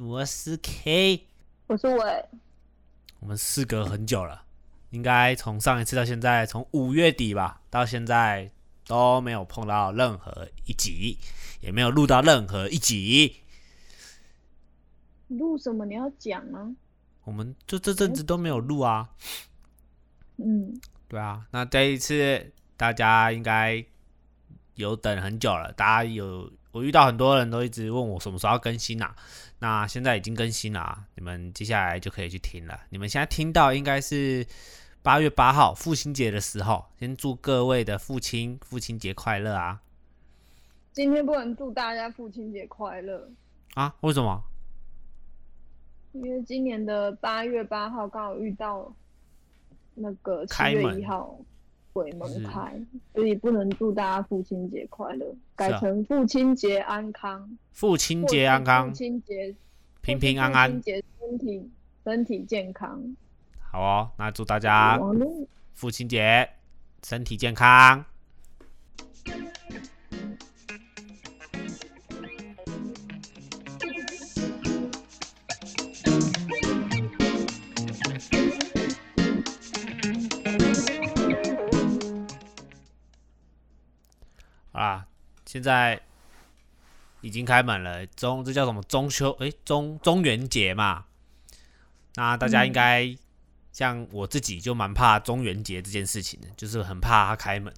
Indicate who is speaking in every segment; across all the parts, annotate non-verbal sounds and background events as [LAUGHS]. Speaker 1: 我是 K，
Speaker 2: 我是伟，
Speaker 1: 我们事隔很久了，应该从上一次到现在，从五月底吧到现在都没有碰到任何一集，也没有录到任何一集。
Speaker 2: 你录什么？你要讲啊。
Speaker 1: 我们就这阵子都没有录啊。
Speaker 2: 嗯，
Speaker 1: 对啊，那这一次大家应该有等很久了，大家有我遇到很多人都一直问我什么时候要更新啊。那现在已经更新了啊，你们接下来就可以去听了。你们现在听到应该是八月八号父亲节的时候，先祝各位的父亲父亲节快乐啊！
Speaker 2: 今天不能祝大家父亲节快乐，
Speaker 1: 啊，为什么？
Speaker 2: 因为今年的八月八号刚好遇到那个七
Speaker 1: 开
Speaker 2: 月
Speaker 1: 门
Speaker 2: 一号鬼门
Speaker 1: 是
Speaker 2: 开，所以不能祝大家父亲节快乐，改
Speaker 1: 是啊
Speaker 2: 成父亲节安康，
Speaker 1: 父亲
Speaker 2: 或
Speaker 1: 节
Speaker 2: 是
Speaker 1: 安康
Speaker 2: 父，亲节
Speaker 1: 平平安
Speaker 2: 或是
Speaker 1: 安
Speaker 2: 父亲，节身体身体健康
Speaker 1: 好哦。那祝大家
Speaker 2: 网络
Speaker 1: 父亲节身体健康。好啦，现在已经开门了，中这叫什么中秋？诶，中中元节嘛。那大家应
Speaker 2: 嗯
Speaker 1: 该、像我自己就蛮怕中元节这件事情的，就是很怕它开门。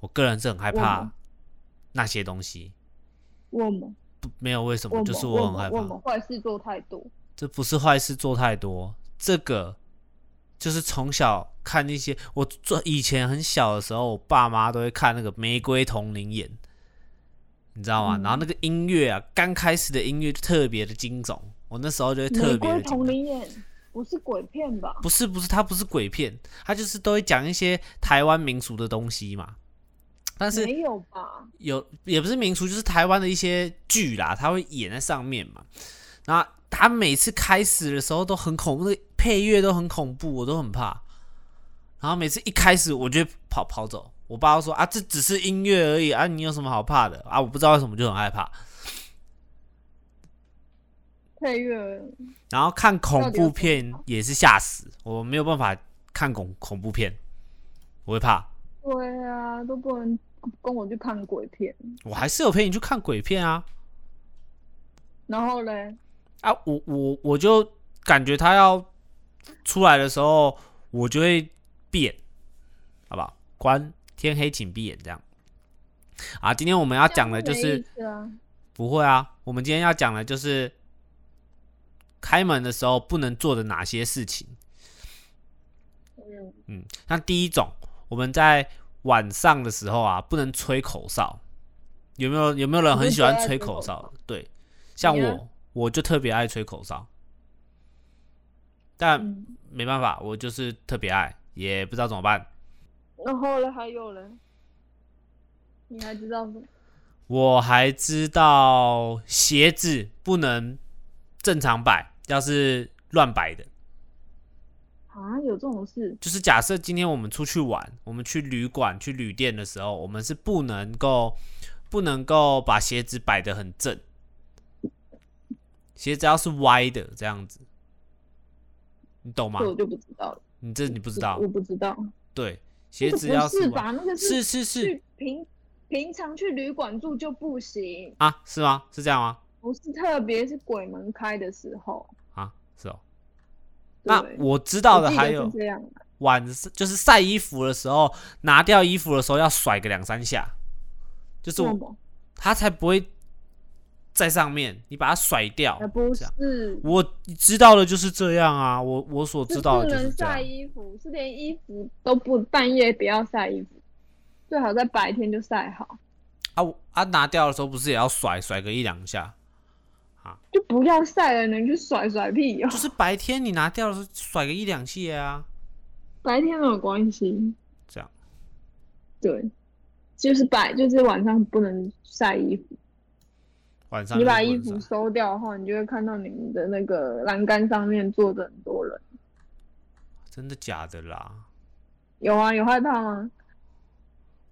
Speaker 1: 我个人是很害
Speaker 2: 为什
Speaker 1: 怕
Speaker 2: 么
Speaker 1: 那些东西，
Speaker 2: 我们
Speaker 1: 不没有为什
Speaker 2: 我
Speaker 1: 么，
Speaker 2: 们
Speaker 1: 就是
Speaker 2: 我
Speaker 1: 很害
Speaker 2: 们
Speaker 1: 怕。
Speaker 2: 我们坏事做太多，
Speaker 1: 这不是坏事做太多，这个就是从小看一些我做以前很小的时候，我爸妈都会看那个《玫瑰童林演》，你知道吗？
Speaker 2: 嗯
Speaker 1: 然后那个音乐啊，刚开始的音乐就特别的惊悚，我那时候就会特别
Speaker 2: 玫瑰
Speaker 1: 的惊
Speaker 2: 同
Speaker 1: 悚。
Speaker 2: 林演不是鬼片吧？
Speaker 1: 不是不是，它不是鬼片，它就是都会讲一些台湾民俗的东西嘛。但是
Speaker 2: 没有吧？
Speaker 1: 有也不是民俗，就是台湾的一些剧啦，他会演在上面嘛。那他每次开始的时候都很恐怖，那个配乐都很恐怖，我都很怕。然后每次一开始我就会跑跑走，我爸都说啊，这只是音乐而已啊，你有什么好怕的啊？我不知道为什么就很害怕。
Speaker 2: 配乐
Speaker 1: 然后看恐
Speaker 2: 到底
Speaker 1: 怖
Speaker 2: 有什么
Speaker 1: 片也是吓死，我没有办法看恐恐怖片，我会怕。
Speaker 2: 对啊，都不能跟我去看鬼片。
Speaker 1: 我还是有陪你去看鬼片啊，
Speaker 2: 然后嘞，
Speaker 1: 啊，我我我就感觉他要出来的时候，我就会闭眼，好不好？关天黑请闭眼这样。啊，今天我们要讲的就
Speaker 2: 这样
Speaker 1: 是
Speaker 2: 没意思啊，
Speaker 1: 不会啊，我们今天要讲的就是开门的时候不能做的哪些事情。
Speaker 2: 嗯，
Speaker 1: 嗯，那第一种，我们在晚上的时候啊，不能吹口哨。有没有有没有人
Speaker 2: 你
Speaker 1: 很
Speaker 2: 就
Speaker 1: 喜
Speaker 2: 不
Speaker 1: 欢
Speaker 2: 爱
Speaker 1: 吹
Speaker 2: 吹
Speaker 1: 口
Speaker 2: 口
Speaker 1: 哨
Speaker 2: 哨
Speaker 1: 的？对，像
Speaker 2: 你啊
Speaker 1: 我，我就特别爱吹口哨，但
Speaker 2: 嗯
Speaker 1: 没办法，我就是特别爱，也不知道怎么办。
Speaker 2: 然后嘞还有嘞，你还知道什么？
Speaker 1: 我还知道鞋子不能正常摆，要是乱摆的，
Speaker 2: 啊，有这种事？
Speaker 1: 就是假设今天我们出去玩，我们去旅馆、去旅店的时候，我们是不能够不能够把鞋子摆得很正，鞋子要是歪的这样子，你懂吗
Speaker 2: 这？我就不知道了。
Speaker 1: 你这你不知道
Speaker 2: 我，不知道。
Speaker 1: 对，鞋子
Speaker 2: 那个
Speaker 1: 要
Speaker 2: 不是
Speaker 1: 歪
Speaker 2: 吧？那个
Speaker 1: 是是是
Speaker 2: 去平平常去旅馆住就不行，
Speaker 1: 啊，是吗？是这样吗？
Speaker 2: 不是特别是鬼门开的时候。
Speaker 1: 啊，是哦。
Speaker 2: 对
Speaker 1: 那我知道的
Speaker 2: 我记得
Speaker 1: 还有
Speaker 2: 是这样的，
Speaker 1: 晚上就是晒衣服的时候，拿掉衣服的时候要甩个两三下，就是
Speaker 2: 做
Speaker 1: 我哦
Speaker 2: 梦？
Speaker 1: 它才不会在上面，你把它甩掉
Speaker 2: 哎。不
Speaker 1: 这样
Speaker 2: 是，
Speaker 1: 啊我知道的就是这样啊，我我所知道
Speaker 2: 不
Speaker 1: 的就
Speaker 2: 能
Speaker 1: 是这
Speaker 2: 晒
Speaker 1: 样。
Speaker 2: 衣服，是连衣服都不半夜不要晒衣服，最好在白天就晒好，
Speaker 1: 啊我啊，拿掉的时候不是也要甩甩个一两下？
Speaker 2: 就不要晒了，你去甩甩屁哦
Speaker 1: 就，是白天你拿掉的时候甩个一两下啊，
Speaker 2: [LAUGHS] 白天没有关系，
Speaker 1: 这样
Speaker 2: 对，就是白就是晚上不能晒衣服，
Speaker 1: 晚上
Speaker 2: 你
Speaker 1: 就
Speaker 2: 把
Speaker 1: 不
Speaker 2: 衣
Speaker 1: 能
Speaker 2: 服
Speaker 1: 晒
Speaker 2: 收掉的话，你就会看到你们的那个栏杆上面坐着很多人，
Speaker 1: 真的假的啦？
Speaker 2: 有啊，有害怕吗？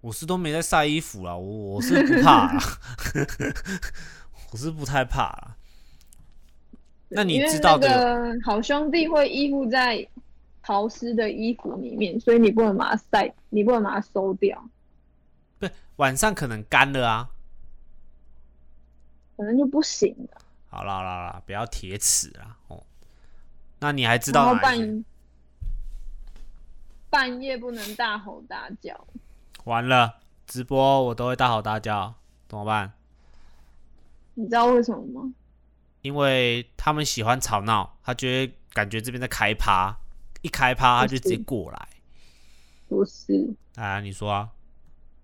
Speaker 1: 我是都没在晒衣服 [LAUGHS] 啦，我我是不怕啦，我是不太怕啦。那你
Speaker 2: 因为
Speaker 1: 知道的
Speaker 2: 那个好兄弟会依附在潮湿的衣服里面，所以你不能把它晒，你不能把它收掉，
Speaker 1: 不是晚上可能干了啊。
Speaker 2: 可能就不行了。
Speaker 1: 好啦好啦好啦，不要铁齿啦哦。那你还知
Speaker 2: 然
Speaker 1: 道
Speaker 2: 后
Speaker 1: 哪一些？
Speaker 2: 半半夜不能大吼大叫，
Speaker 1: 完了，直播我都会大吼大叫，怎么办？
Speaker 2: 你知道为什么吗？
Speaker 1: 因为他们喜欢吵闹，他觉得感觉这边在开趴，一开趴他就直接过来。
Speaker 2: 不是，
Speaker 1: 啊，你说啊？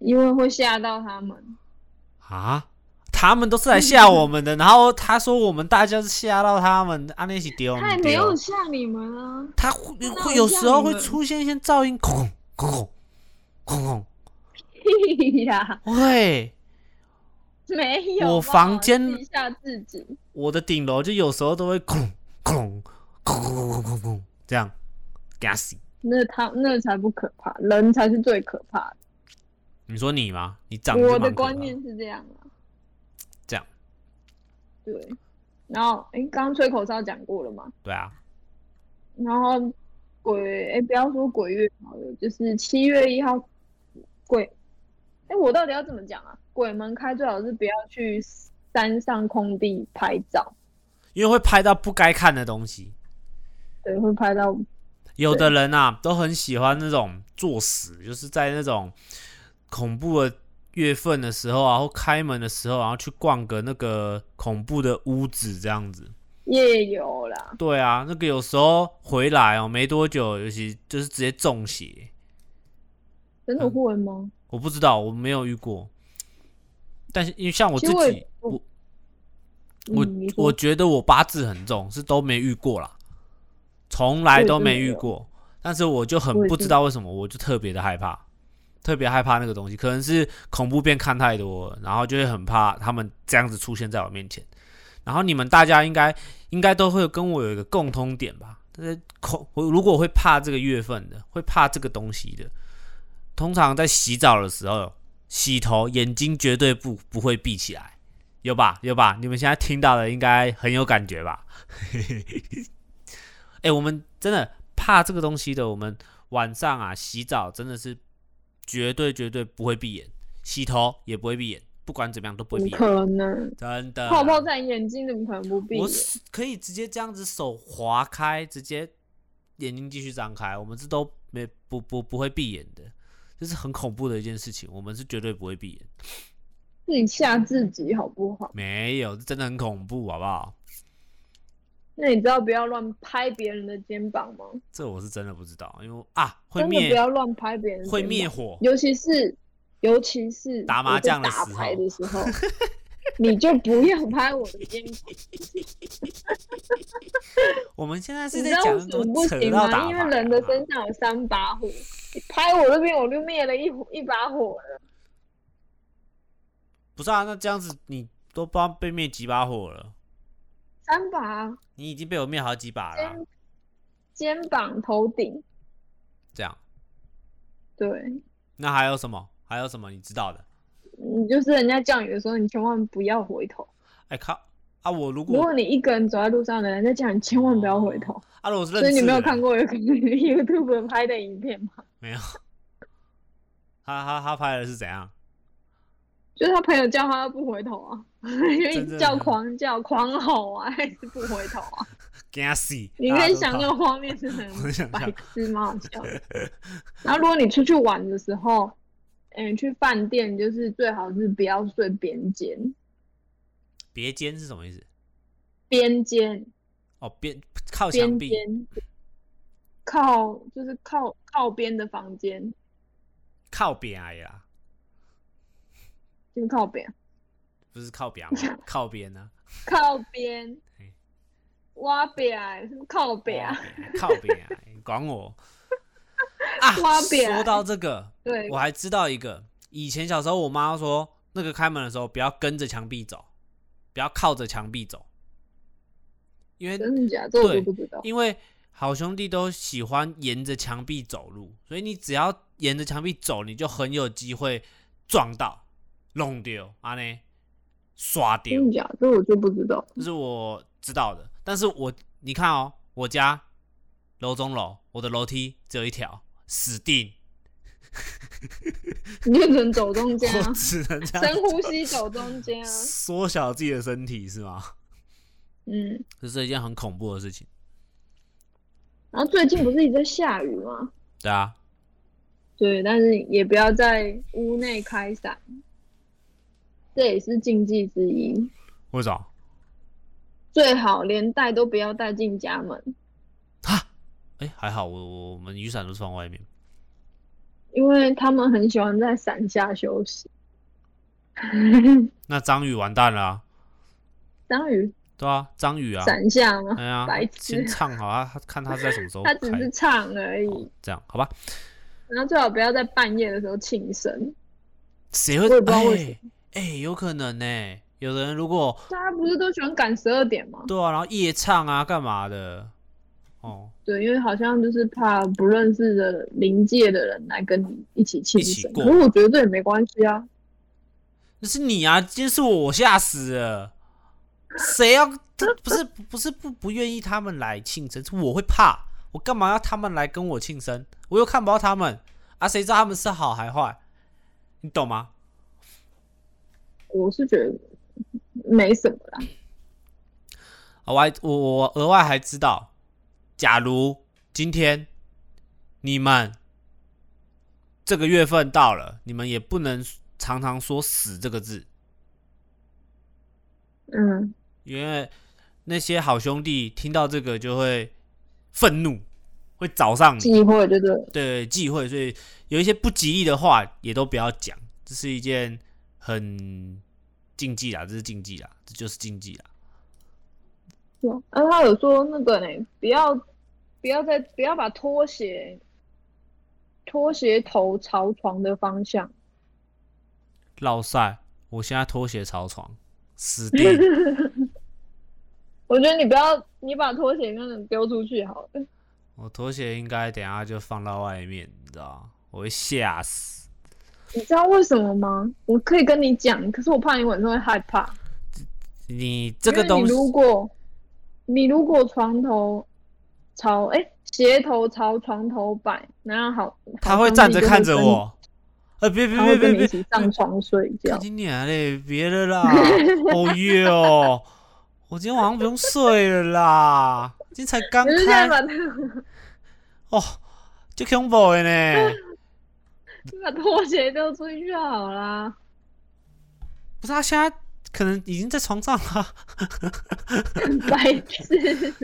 Speaker 2: 因为会吓到他们。
Speaker 1: 啊？他们都是来吓我们的，然后他说我们大家是吓到他们，啊，那起丢
Speaker 2: 他也
Speaker 1: 你
Speaker 2: 没有
Speaker 1: 丢，
Speaker 2: 吓你们啊，
Speaker 1: 他会
Speaker 2: 那
Speaker 1: 会
Speaker 2: 我
Speaker 1: 有
Speaker 2: 吓
Speaker 1: 时候
Speaker 2: 你
Speaker 1: 会
Speaker 2: 们
Speaker 1: 出现一些噪音，空空空空
Speaker 2: [LAUGHS] 屁呀，
Speaker 1: 空，会。
Speaker 2: 没有吧。
Speaker 1: 我房间
Speaker 2: 自己吓自己，
Speaker 1: 我的顶楼就有时候都会空空空空空空空这样，给他死。
Speaker 2: 那他那才不可怕，人才是最可怕的。
Speaker 1: 你说你吗？你长得就
Speaker 2: 我的
Speaker 1: 蛮可怕
Speaker 2: 观念是这样啊。
Speaker 1: 这样，
Speaker 2: 对，然后哎，诶刚刚吹口哨讲过了嘛，
Speaker 1: 对啊，
Speaker 2: 然后鬼哎，不要说鬼月好了，就是七月一号鬼，哎，我到底要怎么讲啊？鬼门开最好是不要去山上空地拍照，
Speaker 1: 因为会拍到不该看的东西。
Speaker 2: 对，会拍到
Speaker 1: 有的人啊，都很喜欢那种作死，就是在那种恐怖的月份的时候啊，或开门的时候，然后去逛个那个恐怖的屋子这样子。
Speaker 2: 夜游啦。
Speaker 1: 对啊，那个有时候回来哦，没多久，尤其就是直接中邪。
Speaker 2: 真
Speaker 1: 嗯
Speaker 2: 的会吗？
Speaker 1: 我不知道，我没有遇过。但是因为像我自
Speaker 2: 其实我
Speaker 1: 己
Speaker 2: 也，
Speaker 1: 我我
Speaker 2: 嗯你说
Speaker 1: 我觉得我八字很重，是都没遇过啦，从来都没遇过。但是我就很
Speaker 2: 我也是
Speaker 1: 不知道为什么，我就特别的害怕，特别害怕那个东西。可能是恐怖片看太多了，然后就会很怕他们这样子出现在我面前。然后你们大家应该应该都会跟我有一个共通点吧？呃，恐我如果会怕这个月份的，会怕这个东西的，通常在洗澡的时候，洗头眼睛绝对不不会闭起来，有吧？有吧？你们现在听到的应该很有感觉吧？ [LAUGHS] 哎、我们真的怕这个东西的，我们晚上啊洗澡真的是绝对绝对不会闭眼，洗头也不会闭眼，不管怎么样都不
Speaker 2: 怎
Speaker 1: 会
Speaker 2: 么
Speaker 1: 闭眼，
Speaker 2: 可能？
Speaker 1: 真的。
Speaker 2: 泡泡在眼睛怎么可能不闭
Speaker 1: 我
Speaker 2: 眼？
Speaker 1: 是可以直接这样子手划开，直接眼睛继续张开，我们是都没不不不会闭眼的，这是很恐怖的一件事情，我们是绝对不会闭眼，
Speaker 2: 自己吓自己好不好？
Speaker 1: 没有，这真的很恐怖，好不好？
Speaker 2: 那你知道不要乱拍别人的肩膀吗？
Speaker 1: 这我是真的不知道，因为啊会
Speaker 2: 真的
Speaker 1: 灭
Speaker 2: 不要乱拍别人的肩膀
Speaker 1: 会灭火，
Speaker 2: 尤其是尤其是
Speaker 1: 打麻
Speaker 2: 我在
Speaker 1: 将的
Speaker 2: 打
Speaker 1: 时
Speaker 2: 牌
Speaker 1: 候
Speaker 2: 的
Speaker 1: [LAUGHS]
Speaker 2: 时候，你就不要拍我的肩膀。
Speaker 1: 我们现在 [LAUGHS]
Speaker 2: 你
Speaker 1: 是
Speaker 2: 知
Speaker 1: 在
Speaker 2: 道
Speaker 1: 讲
Speaker 2: 为
Speaker 1: 那
Speaker 2: 什么
Speaker 1: 种
Speaker 2: 不
Speaker 1: 扯
Speaker 2: 行
Speaker 1: 到
Speaker 2: 吗？
Speaker 1: 打
Speaker 2: 因
Speaker 1: 牌、
Speaker 2: 为
Speaker 1: 啊，
Speaker 2: 人的身上有三把火，你拍我这边我就灭了一火一把火了。
Speaker 1: 不是啊？那这样子你都不知道被灭几把火了，
Speaker 2: 三把
Speaker 1: 你已经被我灭好几把了啊、
Speaker 2: 肩肩膀、头顶，
Speaker 1: 这样
Speaker 2: 对，
Speaker 1: 那还有什么？还有什么你知道的？
Speaker 2: 你就是人家叫你的时候，你千万不要回头。
Speaker 1: 哎靠啊！我如
Speaker 2: 如
Speaker 1: 果
Speaker 2: 果你一个人走在路上的人家叫你，千万不要回头。
Speaker 1: 啊，如果是认
Speaker 2: 所以你
Speaker 1: 识
Speaker 2: 没有
Speaker 1: 人
Speaker 2: 看过有个 [LAUGHS] YouTube 拍的影片吗？
Speaker 1: 没有。 [LAUGHS] 他他他拍的是怎样？
Speaker 2: 就是他朋友叫他不回头啊， [LAUGHS]
Speaker 1: 真
Speaker 2: 因
Speaker 1: 的
Speaker 2: 为叫狂叫、狂吼啊， [LAUGHS] 还是不回头
Speaker 1: [LAUGHS]
Speaker 2: 啊？
Speaker 1: 惊死！
Speaker 2: 你
Speaker 1: 大
Speaker 2: 可
Speaker 1: 家
Speaker 2: 以
Speaker 1: 都
Speaker 2: 想
Speaker 1: 怕
Speaker 2: 那个画面是很
Speaker 1: 我想
Speaker 2: 白
Speaker 1: 象
Speaker 2: 痴，蛮好笑的。然后如果你出去玩的时候，嗯，去饭店就是最好是不要睡边间，
Speaker 1: [LAUGHS] 别间是什么意思？
Speaker 2: 边间
Speaker 1: 哦，边靠墙
Speaker 2: 边
Speaker 1: 壁
Speaker 2: 间靠就是靠靠边的房间，
Speaker 1: 靠边而已啦，
Speaker 2: 就是靠边
Speaker 1: 不是靠边吗？
Speaker 2: [LAUGHS]
Speaker 1: 靠边啊呢？
Speaker 2: 靠边
Speaker 1: 嘿，
Speaker 2: 挖边靠边，
Speaker 1: 哦靠边啊！你管
Speaker 2: [LAUGHS]
Speaker 1: 我啊！
Speaker 2: 挖边
Speaker 1: 说到这个，
Speaker 2: 对
Speaker 1: 我，还知道一个，以前小时候我妈说，那个开门的时候不要跟着墙壁走，不要靠着墙壁走，因为
Speaker 2: 真的假的？这我
Speaker 1: 对
Speaker 2: 都不知道。
Speaker 1: 因为好兄弟都喜欢沿着墙壁走路，所以你只要沿着墙壁走，你就很有机会撞到、弄丢啊呢、刷
Speaker 2: 真
Speaker 1: 丢
Speaker 2: 的。假的？这我就不知道。
Speaker 1: 这是我知道的。但是我你看哦，我家楼中楼，我的楼梯只有一条，死定，
Speaker 2: [LAUGHS] 你就只能走中间
Speaker 1: [LAUGHS] 我
Speaker 2: 啊，
Speaker 1: 只能这样
Speaker 2: 深呼吸走中间啊，
Speaker 1: [LAUGHS] 缩小自己的身体是吗？ [LAUGHS]
Speaker 2: 嗯。
Speaker 1: 这是一件很恐怖的事情。
Speaker 2: 然后最近不是一直在下雨吗？
Speaker 1: 对啊，
Speaker 2: 对，但是也不要在屋内开伞，这也是禁忌之一。
Speaker 1: 为什么？
Speaker 2: 最好连带都不要带进家门，
Speaker 1: 哈，哎，还好我我我们雨伞都是放外面。
Speaker 2: 因为他们很喜欢在伞下休息。 [LAUGHS]
Speaker 1: 那张宇完蛋了、啊，
Speaker 2: 章鱼
Speaker 1: 对啊，张宇啊，
Speaker 2: 伞下吗？
Speaker 1: 哎呀
Speaker 2: 白，痴
Speaker 1: 先唱好啊，他看他在什么时候
Speaker 2: [LAUGHS] 他只
Speaker 1: 开
Speaker 2: 是唱而
Speaker 1: 哦
Speaker 2: 已，
Speaker 1: 这样好吧？
Speaker 2: 然后最好不要在半夜的时候庆生。
Speaker 1: 谁会
Speaker 2: 我也不知道为什
Speaker 1: 哎哎，有可能呢、有的人如果
Speaker 2: 大家不是都喜欢赶十二点 [LAUGHS] 吗？
Speaker 1: 对啊，然后夜唱啊，干嘛的？哦，
Speaker 2: 对，因为好像就是怕不认识的临界的人来跟你一起庆
Speaker 1: 一起
Speaker 2: 生，
Speaker 1: 过
Speaker 2: 可是我觉得这也没关系啊。
Speaker 1: 那是你啊，今天是我，我吓死了。谁要？这不是不是不不愿意他们来庆生，是我会怕，我干嘛要他们来跟我庆生？我又看不到他们啊，谁知道他们是好还坏？你懂吗？
Speaker 2: 我是觉得没什么啦。
Speaker 1: 啊我还我我额外还知道，假如今天你们这个月份到了，你们也不能常常说“死”这个字，
Speaker 2: 嗯，
Speaker 1: 因为那些好兄弟听到这个就会愤怒，会找上你，
Speaker 2: 忌讳就是
Speaker 1: 对忌讳，所以有一些不吉利的话也都不要讲，这是一件很禁忌啦，这是禁忌啦，这就是禁忌啦。
Speaker 2: 对啊，然后他有说那个呢，不要不要再不要把拖鞋拖鞋头朝床的方向，
Speaker 1: 落晒，我现在拖鞋朝床，死
Speaker 2: [LAUGHS]
Speaker 1: 定。
Speaker 2: 我觉得你不要你把拖鞋那种丢出去好了。
Speaker 1: 我拖鞋应该等一下就放到外面，你知道吗我会吓死。
Speaker 2: 你知道为什么吗？我可以跟你讲，可是我怕你晚上会害怕。
Speaker 1: 你这
Speaker 2: 因
Speaker 1: 个
Speaker 2: 为
Speaker 1: 东
Speaker 2: 你
Speaker 1: 西，
Speaker 2: 如果你如果床头朝哎、鞋头朝床头摆，然后好，
Speaker 1: 他
Speaker 2: 好
Speaker 1: 会
Speaker 2: 兄
Speaker 1: 站
Speaker 2: 弟
Speaker 1: 着
Speaker 2: 就
Speaker 1: 看
Speaker 2: 会
Speaker 1: 着
Speaker 2: 跟
Speaker 1: 我。呃，别别
Speaker 2: 他
Speaker 1: 别
Speaker 2: 会跟你
Speaker 1: 别
Speaker 2: 一
Speaker 1: 别
Speaker 2: 起！上床睡觉
Speaker 1: 看。今年嘞，别了
Speaker 2: [LAUGHS]
Speaker 1: 啦！哦耶哦，我今天晚上不用睡了啦，今天才刚
Speaker 2: 可是现在
Speaker 1: 开
Speaker 2: 把把
Speaker 1: 哦，就恐怖的呢。
Speaker 2: 把拖鞋丢出去就好啦。
Speaker 1: 不是他啊现在可能已经在床上了。 [LAUGHS]
Speaker 2: 白痴，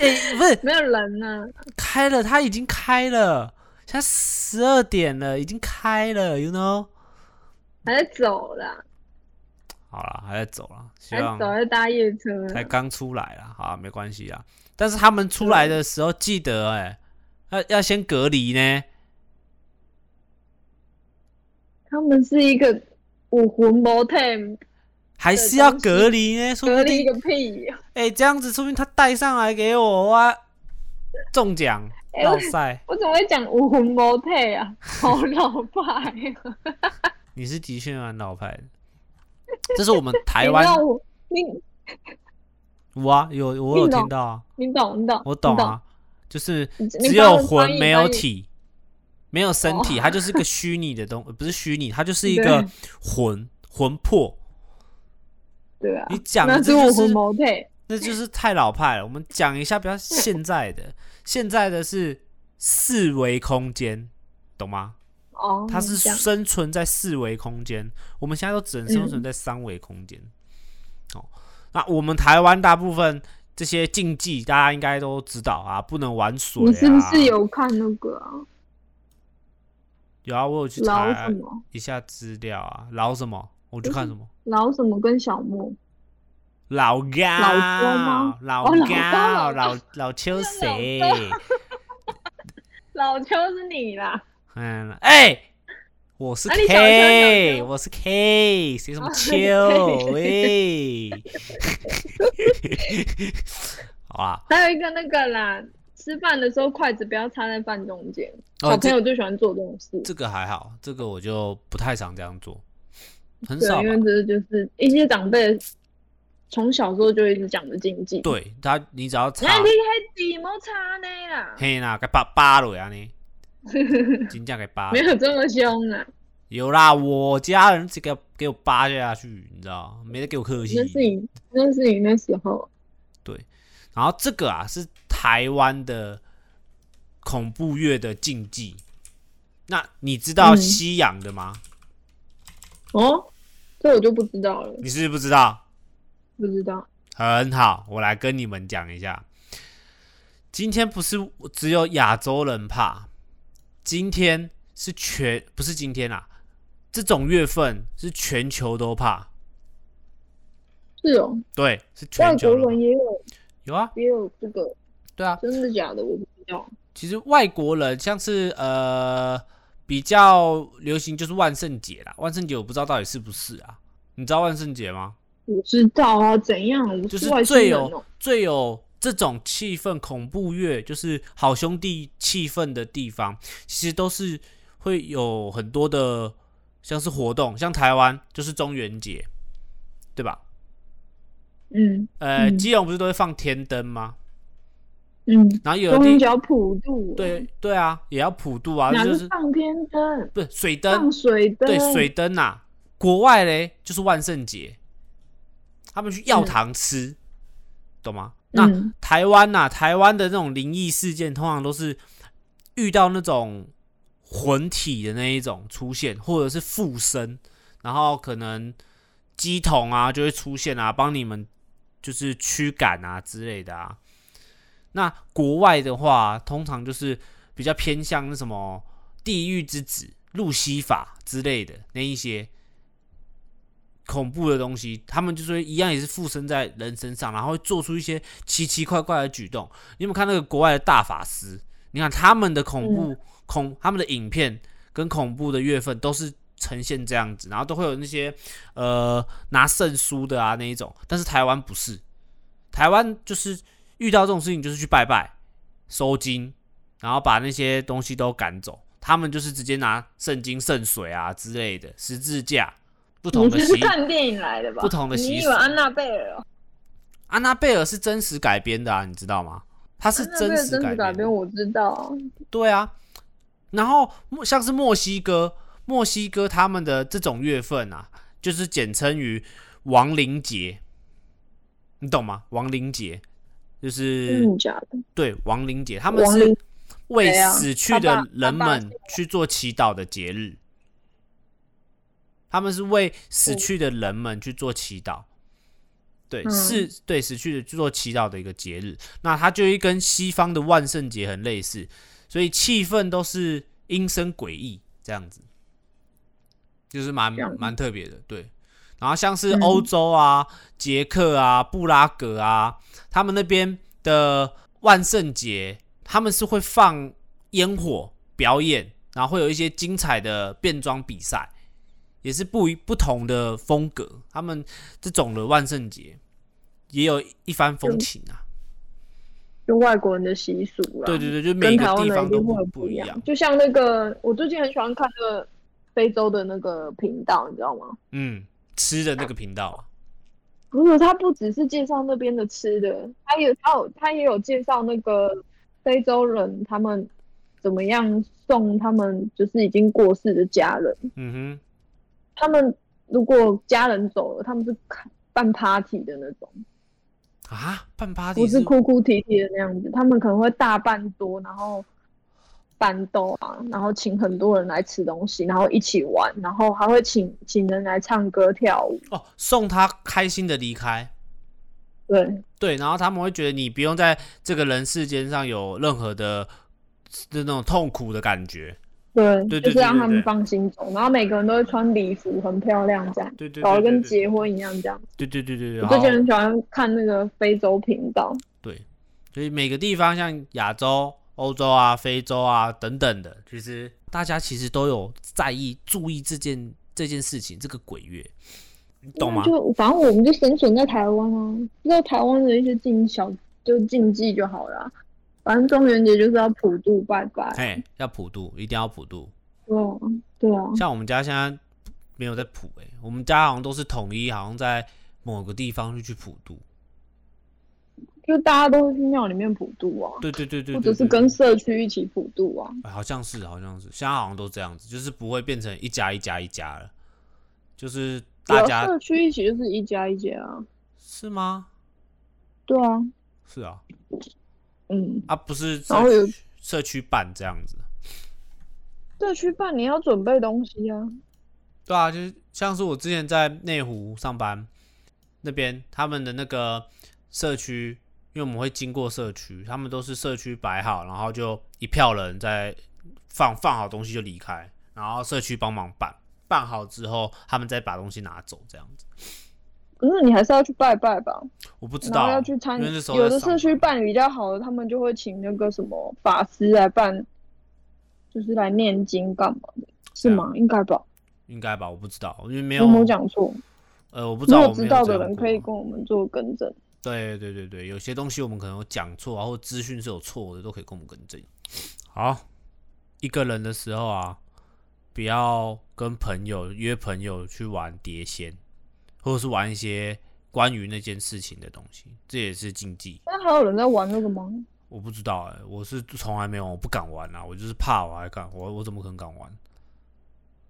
Speaker 1: 哎、不是，
Speaker 2: 没有人呢、
Speaker 1: 开了，它已经开了，现在十二点了，已经开了，you know。
Speaker 2: 还在走啦，
Speaker 1: 好了，还在走了，希
Speaker 2: 还在
Speaker 1: 望
Speaker 2: 走，还在搭夜车啦。
Speaker 1: 才刚出来啦，好啊，没关系啦。但是他们出来的时候记得、哎，要要先隔离呢。
Speaker 2: 他们是一个武魂 m time，
Speaker 1: 还是要隔离呢，说
Speaker 2: 隔
Speaker 1: 不
Speaker 2: 离
Speaker 1: 定
Speaker 2: 个屁呀、
Speaker 1: 哎、这样子说不定他带上来给我啊，中奖
Speaker 2: 哎
Speaker 1: 绕赛。
Speaker 2: 我怎么会讲武魂 m time
Speaker 1: [LAUGHS]
Speaker 2: 啊？好老派啊！
Speaker 1: 你是的确蛮老派
Speaker 2: [LAUGHS]
Speaker 1: 的，这是我们台
Speaker 2: 你知
Speaker 1: 湾
Speaker 2: 道我，你
Speaker 1: 哇，有我有
Speaker 2: 你懂
Speaker 1: 听到啊，
Speaker 2: 你懂你懂，
Speaker 1: 我
Speaker 2: 你
Speaker 1: 懂
Speaker 2: 懂
Speaker 1: 啊，就是
Speaker 2: 你你
Speaker 1: 只有
Speaker 2: 帮我
Speaker 1: 魂
Speaker 2: 翻译
Speaker 1: 没有
Speaker 2: 翻译
Speaker 1: 体，没有身体，
Speaker 2: 哦
Speaker 1: 它就是个虚拟的东， [LAUGHS] 呃不是虚拟，它就是一
Speaker 2: 对
Speaker 1: 个魂魂魄。
Speaker 2: 对啊
Speaker 1: 你，讲的
Speaker 2: 那
Speaker 1: 这
Speaker 2: 武
Speaker 1: 就
Speaker 2: 魂
Speaker 1: 是
Speaker 2: m time，
Speaker 1: [LAUGHS] 那就是太老派了。我们讲一下比较现在的，现在的是四维空间，懂吗？
Speaker 2: 哦，
Speaker 1: 它是啊
Speaker 2: 这样
Speaker 1: 生存在四维空间，我们现在都只能生
Speaker 2: 嗯
Speaker 1: 存在三维空间。哦，那我们台湾大部分这些禁忌，大家应该都知道啊，不能玩水、啊。
Speaker 2: 你是不是有看那个啊？
Speaker 1: 有啊，我有去
Speaker 2: 老
Speaker 1: 查
Speaker 2: 什么
Speaker 1: 一下资料啊，老什么？我去看什么？
Speaker 2: 老什么跟小莫？
Speaker 1: 老高，
Speaker 2: 周吗
Speaker 1: 老
Speaker 2: 哦老周
Speaker 1: 高，
Speaker 2: 老
Speaker 1: 老老
Speaker 2: [LAUGHS]
Speaker 1: 秋谁？
Speaker 2: 老邱是你啦，
Speaker 1: 嗯，哎、我是
Speaker 2: 啊你小秋
Speaker 1: K，、
Speaker 2: 小秋
Speaker 1: 我是 K，谁什么
Speaker 2: 哦
Speaker 1: 秋？
Speaker 2: 对
Speaker 1: 喂，
Speaker 2: [LAUGHS]
Speaker 1: 好啊，
Speaker 2: 还有一个那个啦，吃饭的时候筷子不要插在饭中间。
Speaker 1: 哦
Speaker 2: 小朋
Speaker 1: 这
Speaker 2: 友最喜欢做这种事，
Speaker 1: 这个还好，这个我就不太常这样做，很
Speaker 2: 对啊
Speaker 1: 少，吧
Speaker 2: 因。为这就是一些长辈的从小时候就一直讲的禁忌。，
Speaker 1: 对他，你只要查，
Speaker 2: 那你还怎么差呢啦？
Speaker 1: 嘿啦，该扒扒了呀啊
Speaker 2: [LAUGHS]
Speaker 1: 你，金价给扒
Speaker 2: 没。有这么凶啊，
Speaker 1: 有啦，我家人只给我给我扒下去，你知道，没得给我客气
Speaker 2: 那。是你那是你那时候，
Speaker 1: 然后这个啊是台湾的恐怖乐的禁忌。那你知道
Speaker 2: 嗯
Speaker 1: 西洋的吗？
Speaker 2: 哦，这我就不知道了，
Speaker 1: 你是不是不知道？
Speaker 2: 不知道。
Speaker 1: 很好，我来跟你们讲一下。今天不是只有亚洲人怕，今天是全不是今天啦，这种月份是全球都怕，
Speaker 2: 是哦，
Speaker 1: 对，是
Speaker 2: 外
Speaker 1: 全球
Speaker 2: 国
Speaker 1: 都怕
Speaker 2: 人也有
Speaker 1: 有啊，
Speaker 2: 也有这个，
Speaker 1: 对啊，
Speaker 2: 真的假的？我不知道。
Speaker 1: 其实外国人像是呃比较流行就是万圣节啦，万圣节我不知道到底是不是啊，你知道万圣节吗？
Speaker 2: 我知道啊，怎样？我
Speaker 1: 就是
Speaker 2: 外
Speaker 1: 是
Speaker 2: 星
Speaker 1: 最
Speaker 2: 人
Speaker 1: 有
Speaker 2: 哦。
Speaker 1: 最有这种气氛恐怖乐，就是好兄弟气氛的地方，其实都是会有很多的像是活动，像台湾就是中元节，对吧？
Speaker 2: 嗯
Speaker 1: 呃，
Speaker 2: 嗯
Speaker 1: 基隆不是都会放天灯吗？
Speaker 2: 嗯，
Speaker 1: 然后有的
Speaker 2: 中
Speaker 1: 地
Speaker 2: 角普渡，
Speaker 1: 对对啊，也要普渡啊，
Speaker 2: 哪
Speaker 1: 就是是
Speaker 2: 放天灯？
Speaker 1: 不是水灯
Speaker 2: 放，水灯，
Speaker 1: 对水灯呐、啊。国外嘞就是万圣节，他们去药
Speaker 2: 嗯
Speaker 1: 堂吃，懂吗？那、
Speaker 2: 嗯
Speaker 1: 台湾呐、台湾的那种灵异事件，通常都是遇到那种魂体的那一种出现，或者是附身，然后可能鸡桶啊就会出现啊，帮你们就是驱赶啊之类的啊。那国外的话，通常就是比较偏向那什么地狱之子、路西法之类的那一些恐怖的东西，他们就是会一样也是附身在人身上，然后会做出一些奇奇怪怪的举动。你有没有看那个国外的大法师？你看他们的恐怖、恐他们的影片跟恐怖的月份都是呈现这样子，然后都会有那些呃拿圣书的啊那一种，但是台湾不是，台湾就是遇到这种事情就是去拜拜收金，然后把那些东西都赶走。他们就是直接拿圣经、圣水啊之类的十字架，不同
Speaker 2: 你
Speaker 1: 的
Speaker 2: 是
Speaker 1: 习
Speaker 2: 看电影来的吧？
Speaker 1: 不同的习
Speaker 2: 你以
Speaker 1: 俗
Speaker 2: 为安娜贝尔哦？
Speaker 1: 安娜贝尔是真实改编的啊，你知道吗？它是
Speaker 2: 安娜贝尔
Speaker 1: 实
Speaker 2: 真
Speaker 1: 改
Speaker 2: 实改
Speaker 1: 编的
Speaker 2: 编，我知道啊。
Speaker 1: 对啊，然后墨像是墨西哥，墨西哥他们的这种月份啊，就是简称于亡灵节，你懂吗？亡灵节就是、
Speaker 2: 真的假的？
Speaker 1: 对亡灵节，他们
Speaker 2: 亡
Speaker 1: 是
Speaker 2: 灵
Speaker 1: 为
Speaker 2: 谁啊
Speaker 1: 死去
Speaker 2: 爸
Speaker 1: 的
Speaker 2: 爸
Speaker 1: 人
Speaker 2: 爸爸
Speaker 1: 们去做祈祷的节日，他们是为死
Speaker 2: 嗯
Speaker 1: 去的人们去做祈祷。对，
Speaker 2: 嗯
Speaker 1: 是对死去的去做祈祷的一个节日。那它就会跟西方的万圣节很类似，所以气氛都是阴森诡异这样子，就是蛮
Speaker 2: 这样子
Speaker 1: 蛮特别的。对，然后像是
Speaker 2: 嗯
Speaker 1: 欧洲啊、捷克啊、布拉格啊，他们那边的万圣节，他们是会放烟火表演，然后会有一些精彩的变装比赛。也是不一不同的风格，他们这种的万圣节也有一番风情啊。
Speaker 2: 就外国人的习俗啦。
Speaker 1: 对对对，就每
Speaker 2: 啊跟台
Speaker 1: 个
Speaker 2: 湾
Speaker 1: 地
Speaker 2: 的一
Speaker 1: 方都
Speaker 2: 定
Speaker 1: 不
Speaker 2: 会
Speaker 1: 不
Speaker 2: 一
Speaker 1: 一
Speaker 2: 样
Speaker 1: 样。。
Speaker 2: 就像那个，我最近很喜欢看那个非洲的那个频道，你知道吗？
Speaker 1: 嗯，吃的那个频道啊，
Speaker 2: 不是，他不只是介绍那边的吃的，他也他有他也有介绍那个非洲人他们怎么样送他们就是已经过世的家人。
Speaker 1: 嗯
Speaker 2: 他们如果家人走了，他们是开办 party 的那种，
Speaker 1: 哼，啊，办 party
Speaker 2: 不是
Speaker 1: 是
Speaker 2: 哭哭啼啼的那样子。他们可能会大办桌，然后办斗啊，然后请很多人来吃东西，然后一起玩，然后还会请请人来唱歌跳舞。
Speaker 1: 哦，送他开心的离开。
Speaker 2: 对，
Speaker 1: 对，然后他们会觉得你不用在这个人世间上有任何的那种痛苦的感觉。
Speaker 2: 对，
Speaker 1: 对对
Speaker 2: 就是让他
Speaker 1: 对对
Speaker 2: 们
Speaker 1: 对
Speaker 2: 放心走，然后每个人都会穿礼服，很漂亮这样，
Speaker 1: 对对
Speaker 2: 搞
Speaker 1: 对
Speaker 2: 得跟
Speaker 1: 对
Speaker 2: 结婚一样这样。
Speaker 1: 对对对对对，
Speaker 2: 我最近
Speaker 1: 然后
Speaker 2: 很喜欢看那个非洲频道，
Speaker 1: 对，所以每个地方像亚洲、欧洲啊、非洲啊等等的，其实大家其实都有在意、注意这件这件事情，这个鬼月，你懂吗？
Speaker 2: 就反正我们就生存在台湾啊，知道台湾的一些禁小就禁忌就好了啊、反正中元节就是要普渡拜拜，
Speaker 1: 哎，要普渡，一定要普渡。
Speaker 2: 对啊，对啊，
Speaker 1: 欸像我们家现在没有在普哎、我们家好像都是统一，好像在某个地方就去普渡。
Speaker 2: 就大家都会去庙里面普渡啊，
Speaker 1: 对对对对，
Speaker 2: 或
Speaker 1: 对
Speaker 2: 者是
Speaker 1: 对
Speaker 2: 跟社区一起普渡啊。
Speaker 1: 哎好像是好像是，现在好像都这样子，就是不会变成一家一家一家了，就是大
Speaker 2: 有
Speaker 1: 家
Speaker 2: 啊社区一起就是一家一家啊，
Speaker 1: 是吗？
Speaker 2: 对啊，
Speaker 1: 是啊，
Speaker 2: 嗯，
Speaker 1: 啊不是
Speaker 2: 然后
Speaker 1: 社
Speaker 2: 有
Speaker 1: 区社区办这样子，
Speaker 2: 社区办你要准备东西啊，
Speaker 1: 对啊，就是像是我之前在内湖上班那边，他们的那个社区，因为我们会经过社区，他们都是社区摆好，然后就一票人在放放好东西就离开，然后社区帮忙办，办好之后他们再把东西拿走这样子。
Speaker 2: 可是你还是要去拜拜吧，
Speaker 1: 我不知
Speaker 2: 然
Speaker 1: 道
Speaker 2: 后要去参
Speaker 1: 因为那时，候
Speaker 2: 有
Speaker 1: 在
Speaker 2: 的
Speaker 1: 上
Speaker 2: 社区
Speaker 1: 班
Speaker 2: 办比较好的，他们就会请那个什么法师来办，就是来念经干嘛的，是
Speaker 1: 对啊
Speaker 2: 吗？应该吧，
Speaker 1: 应该吧，我不知道，因为没
Speaker 2: 有没有
Speaker 1: 有
Speaker 2: 讲错？
Speaker 1: 呃，我不知
Speaker 2: 如
Speaker 1: 道
Speaker 2: 果
Speaker 1: 我没
Speaker 2: 知
Speaker 1: 有
Speaker 2: 道
Speaker 1: 这
Speaker 2: 的
Speaker 1: 样
Speaker 2: 人
Speaker 1: 过
Speaker 2: 可以跟我们做更正。
Speaker 1: 对对对对，有些东西我们可能有讲错啊，或资讯是有错的，都可以跟我们更正。好，一个人的时候啊，不要跟朋友约朋友去玩碟仙，或者是玩一些关于那件事情的东西，这也是禁忌。
Speaker 2: 那还有人在玩那个吗？
Speaker 1: 我不知道哎、我是从来没有，我不敢玩啊，我就是怕我还敢，我我怎么可能敢玩？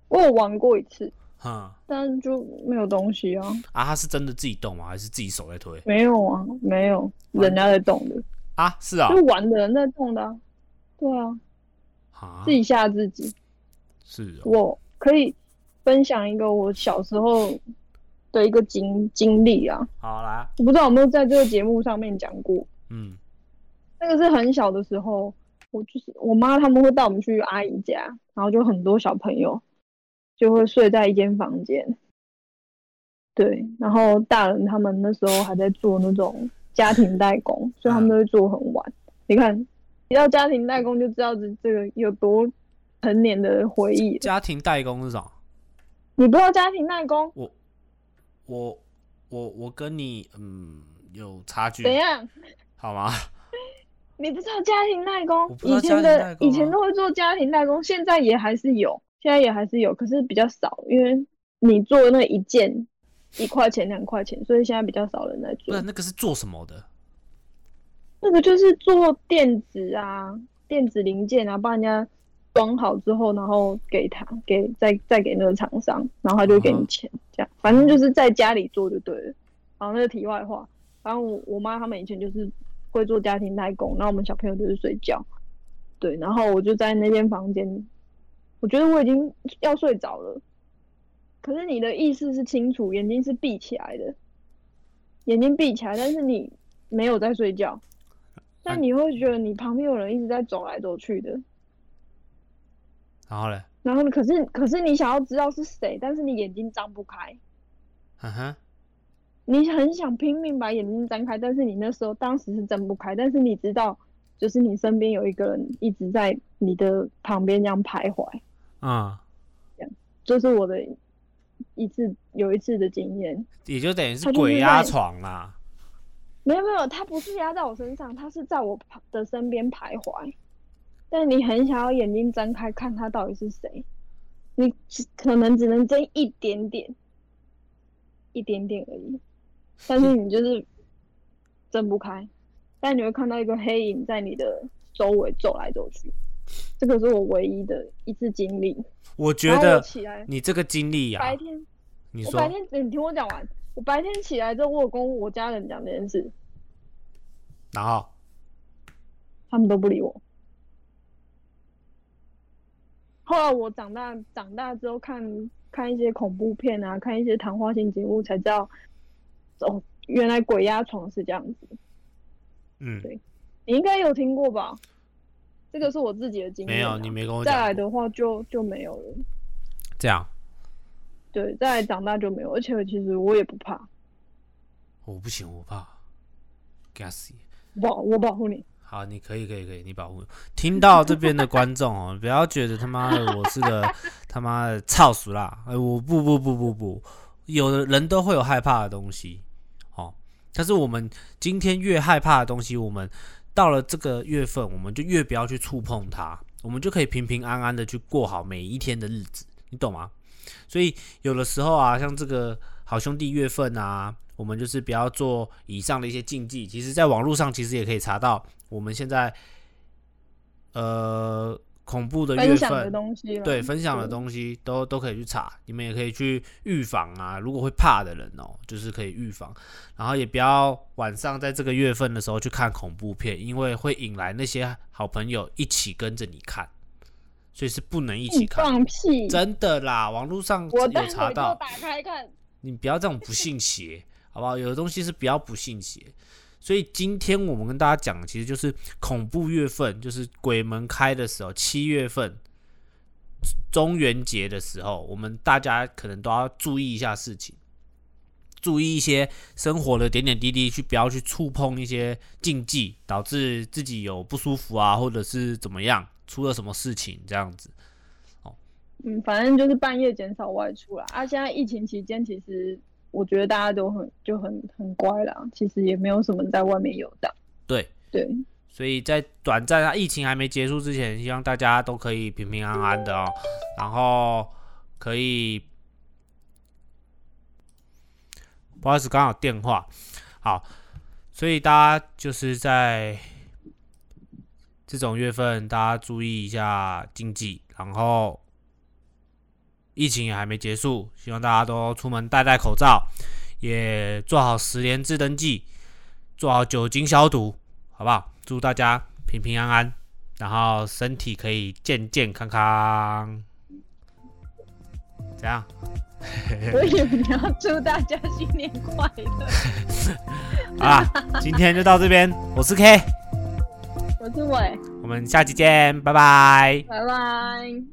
Speaker 2: 我有玩过一次，
Speaker 1: 哼
Speaker 2: 但就没有东西啊，
Speaker 1: 啊，他是真的自己动吗？还是自己手在推
Speaker 2: 没有啊，没有人家在动的，
Speaker 1: 啊？是啊，
Speaker 2: 就玩的人在动的、啊。对啊，
Speaker 1: 啊
Speaker 2: 自，己吓自己。
Speaker 1: 是哦，
Speaker 2: 我可以分享一个我小时候的一个经经历啊，
Speaker 1: 好啦，
Speaker 2: 我不知道有没有在这个节目上面讲过。
Speaker 1: 嗯
Speaker 2: 那个是很小的时候，我就是我妈他们会带我们去阿姨家，然后就很多小朋友就会睡在一间房间，对，然后大人他们那时候还在做那种家庭代工，所以他们都会做很晚。你看，提到家庭代工就知道这这个有多成年的回忆了。
Speaker 1: 家庭代工是什么？
Speaker 2: 你不知道家庭代工
Speaker 1: 我我我我跟你嗯有差距，
Speaker 2: 怎样？嗯
Speaker 1: 好吗？
Speaker 2: 你不知道家庭代工？
Speaker 1: 我不知道
Speaker 2: 以前
Speaker 1: 家庭代
Speaker 2: 的
Speaker 1: 工啊
Speaker 2: 以前都会做家庭代工，现在也还是有，现在也还是有，可是比较少，因为你做那一件一块钱两块钱，所以现在比较少人在
Speaker 1: 不
Speaker 2: 做
Speaker 1: 是。那个是做什么的？
Speaker 2: 那个就是做电子啊，电子零件啊，帮人家装好之后，然后给他给再再给那个厂商，然后他就会给
Speaker 1: 嗯
Speaker 2: 你
Speaker 1: 哼
Speaker 2: 钱，这样反正就是在家里做就对了。然后那个题外话，反正我我妈他们以前就是会做家庭代工，然后我们小朋友就是睡觉，对，然后我就在那间房间，我觉得我已经要睡着了，可是你的意识是清楚，眼睛是闭起来的，眼睛闭起来，但是你没有在睡觉，但
Speaker 1: 嗯
Speaker 2: 你会觉得你旁边有人一直在走来走去的，
Speaker 1: 然后嘞，
Speaker 2: 然后你可是可是你想要知道是谁，但是你眼睛张不开，
Speaker 1: 哼嗯哼，
Speaker 2: 你很想拼命把眼睛张开，但是你那时候当时是睁不开，但是你知道，就是你身边有一个人一直在你的旁边这样徘徊，
Speaker 1: 嗯，
Speaker 2: 这、是我的一次有一次的经验。
Speaker 1: 也就等于是
Speaker 2: 他就是
Speaker 1: 鬼压
Speaker 2: 在
Speaker 1: 床啦。
Speaker 2: 没有没有，他不是压在我身上，他是在我旁的身边徘徊。但你很想要眼睛睁开看他到底是谁，你只可能只能睁一点点，一点点而已。但是你就是睁不开，但你会看到一个黑影在你的周围走来走去。这个是我唯一的一次经历。
Speaker 1: 我觉
Speaker 2: 然后我
Speaker 1: 得
Speaker 2: 起来，
Speaker 1: 你这个经历呀、
Speaker 2: 白天
Speaker 1: 你
Speaker 2: 我
Speaker 1: 说
Speaker 2: 白天，你听我讲完。我白天起来之后，我有跟我家人讲这件事，
Speaker 1: 然后
Speaker 2: 他们都不理我。后来我长大长大之后看看一些恐怖片啊，看一些谈话性节目，才知道哦，原来鬼压床是这样子。
Speaker 1: 嗯，
Speaker 2: 对你应该有听过吧？这个是我自己的经验、啊
Speaker 1: 没有，你。没跟我
Speaker 2: 再
Speaker 1: 讲
Speaker 2: 来
Speaker 1: 过
Speaker 2: 的话就就没有了，
Speaker 1: 这样，
Speaker 2: 对，再来长大就没有。而且其实我也不怕，
Speaker 1: 我不行，我怕。g a s
Speaker 2: 保我保护你。
Speaker 1: 好，你可以，可以，可以，你保护我。听到这边的观众哦，不要觉得他妈的我是个 [LAUGHS] 他妈的操俗啦！哎，我不不不不不，有的人都会有害怕的东西哦。但是我们今天越害怕的东西，我们到了这个月份，我们就越不要去触碰它，我们就可以平平安安的去过好每一天的日子，你懂吗？所以有的时候啊，像这个好兄弟月份啊，我们就是不要做以上的一些禁忌。其实，在网络上其实也可以查到我们现在呃恐怖的月
Speaker 2: 分享的
Speaker 1: 份，
Speaker 2: 东西嘛，
Speaker 1: 对分享的
Speaker 2: 对嗯
Speaker 1: 东西都都可以去查，你们也可以去预防啊。如果会怕的人哦，就是可以预防，然后也不要晚上在这个月份的时候去看恐怖片，因为会引来那些好朋友一起跟着你看，所以是不能一起
Speaker 2: 你
Speaker 1: 看。
Speaker 2: 放屁！
Speaker 1: 真的啦，网络上
Speaker 2: 我
Speaker 1: 有
Speaker 2: 待
Speaker 1: 查
Speaker 2: 会就
Speaker 1: 到，
Speaker 2: 打开看。
Speaker 1: 你不要这种不信邪，好不好？有的东西是不要不信邪。所以今天我们跟大家讲，的其实就是恐怖月份，就是鬼门开的时候，七月份，中元节的时候，我们大家可能都要注意一下事情，注意一些生活的点点滴滴，去不要去触碰一些禁忌，导致自己有不舒服啊，或者是怎么样，出了什么事情这样子。
Speaker 2: 嗯，反正就是半夜减少外出啦。啊，现在疫情期间，其实我觉得大家都很就很很乖啦，其实也没有什么在外面游荡。
Speaker 1: 对，
Speaker 2: 对，
Speaker 1: 所以在短暂啊疫情还没结束之前，希望大家都可以平平安安的哦，然后可以，不好意思，刚好电话，好，所以大家就是在这种月份，大家注意一下经济，然后疫情也还没结束，希望大家都出门戴戴口罩，也做好十连制登记，做好酒精消毒，好不好？祝大家平平安安，然后身体可以健健康康。怎样？
Speaker 2: 所以你要祝大家新年快乐。
Speaker 1: 好啦，今天就到这边，我是 K，
Speaker 2: 我是伟，
Speaker 1: 我们下期见，拜拜。
Speaker 2: 拜拜。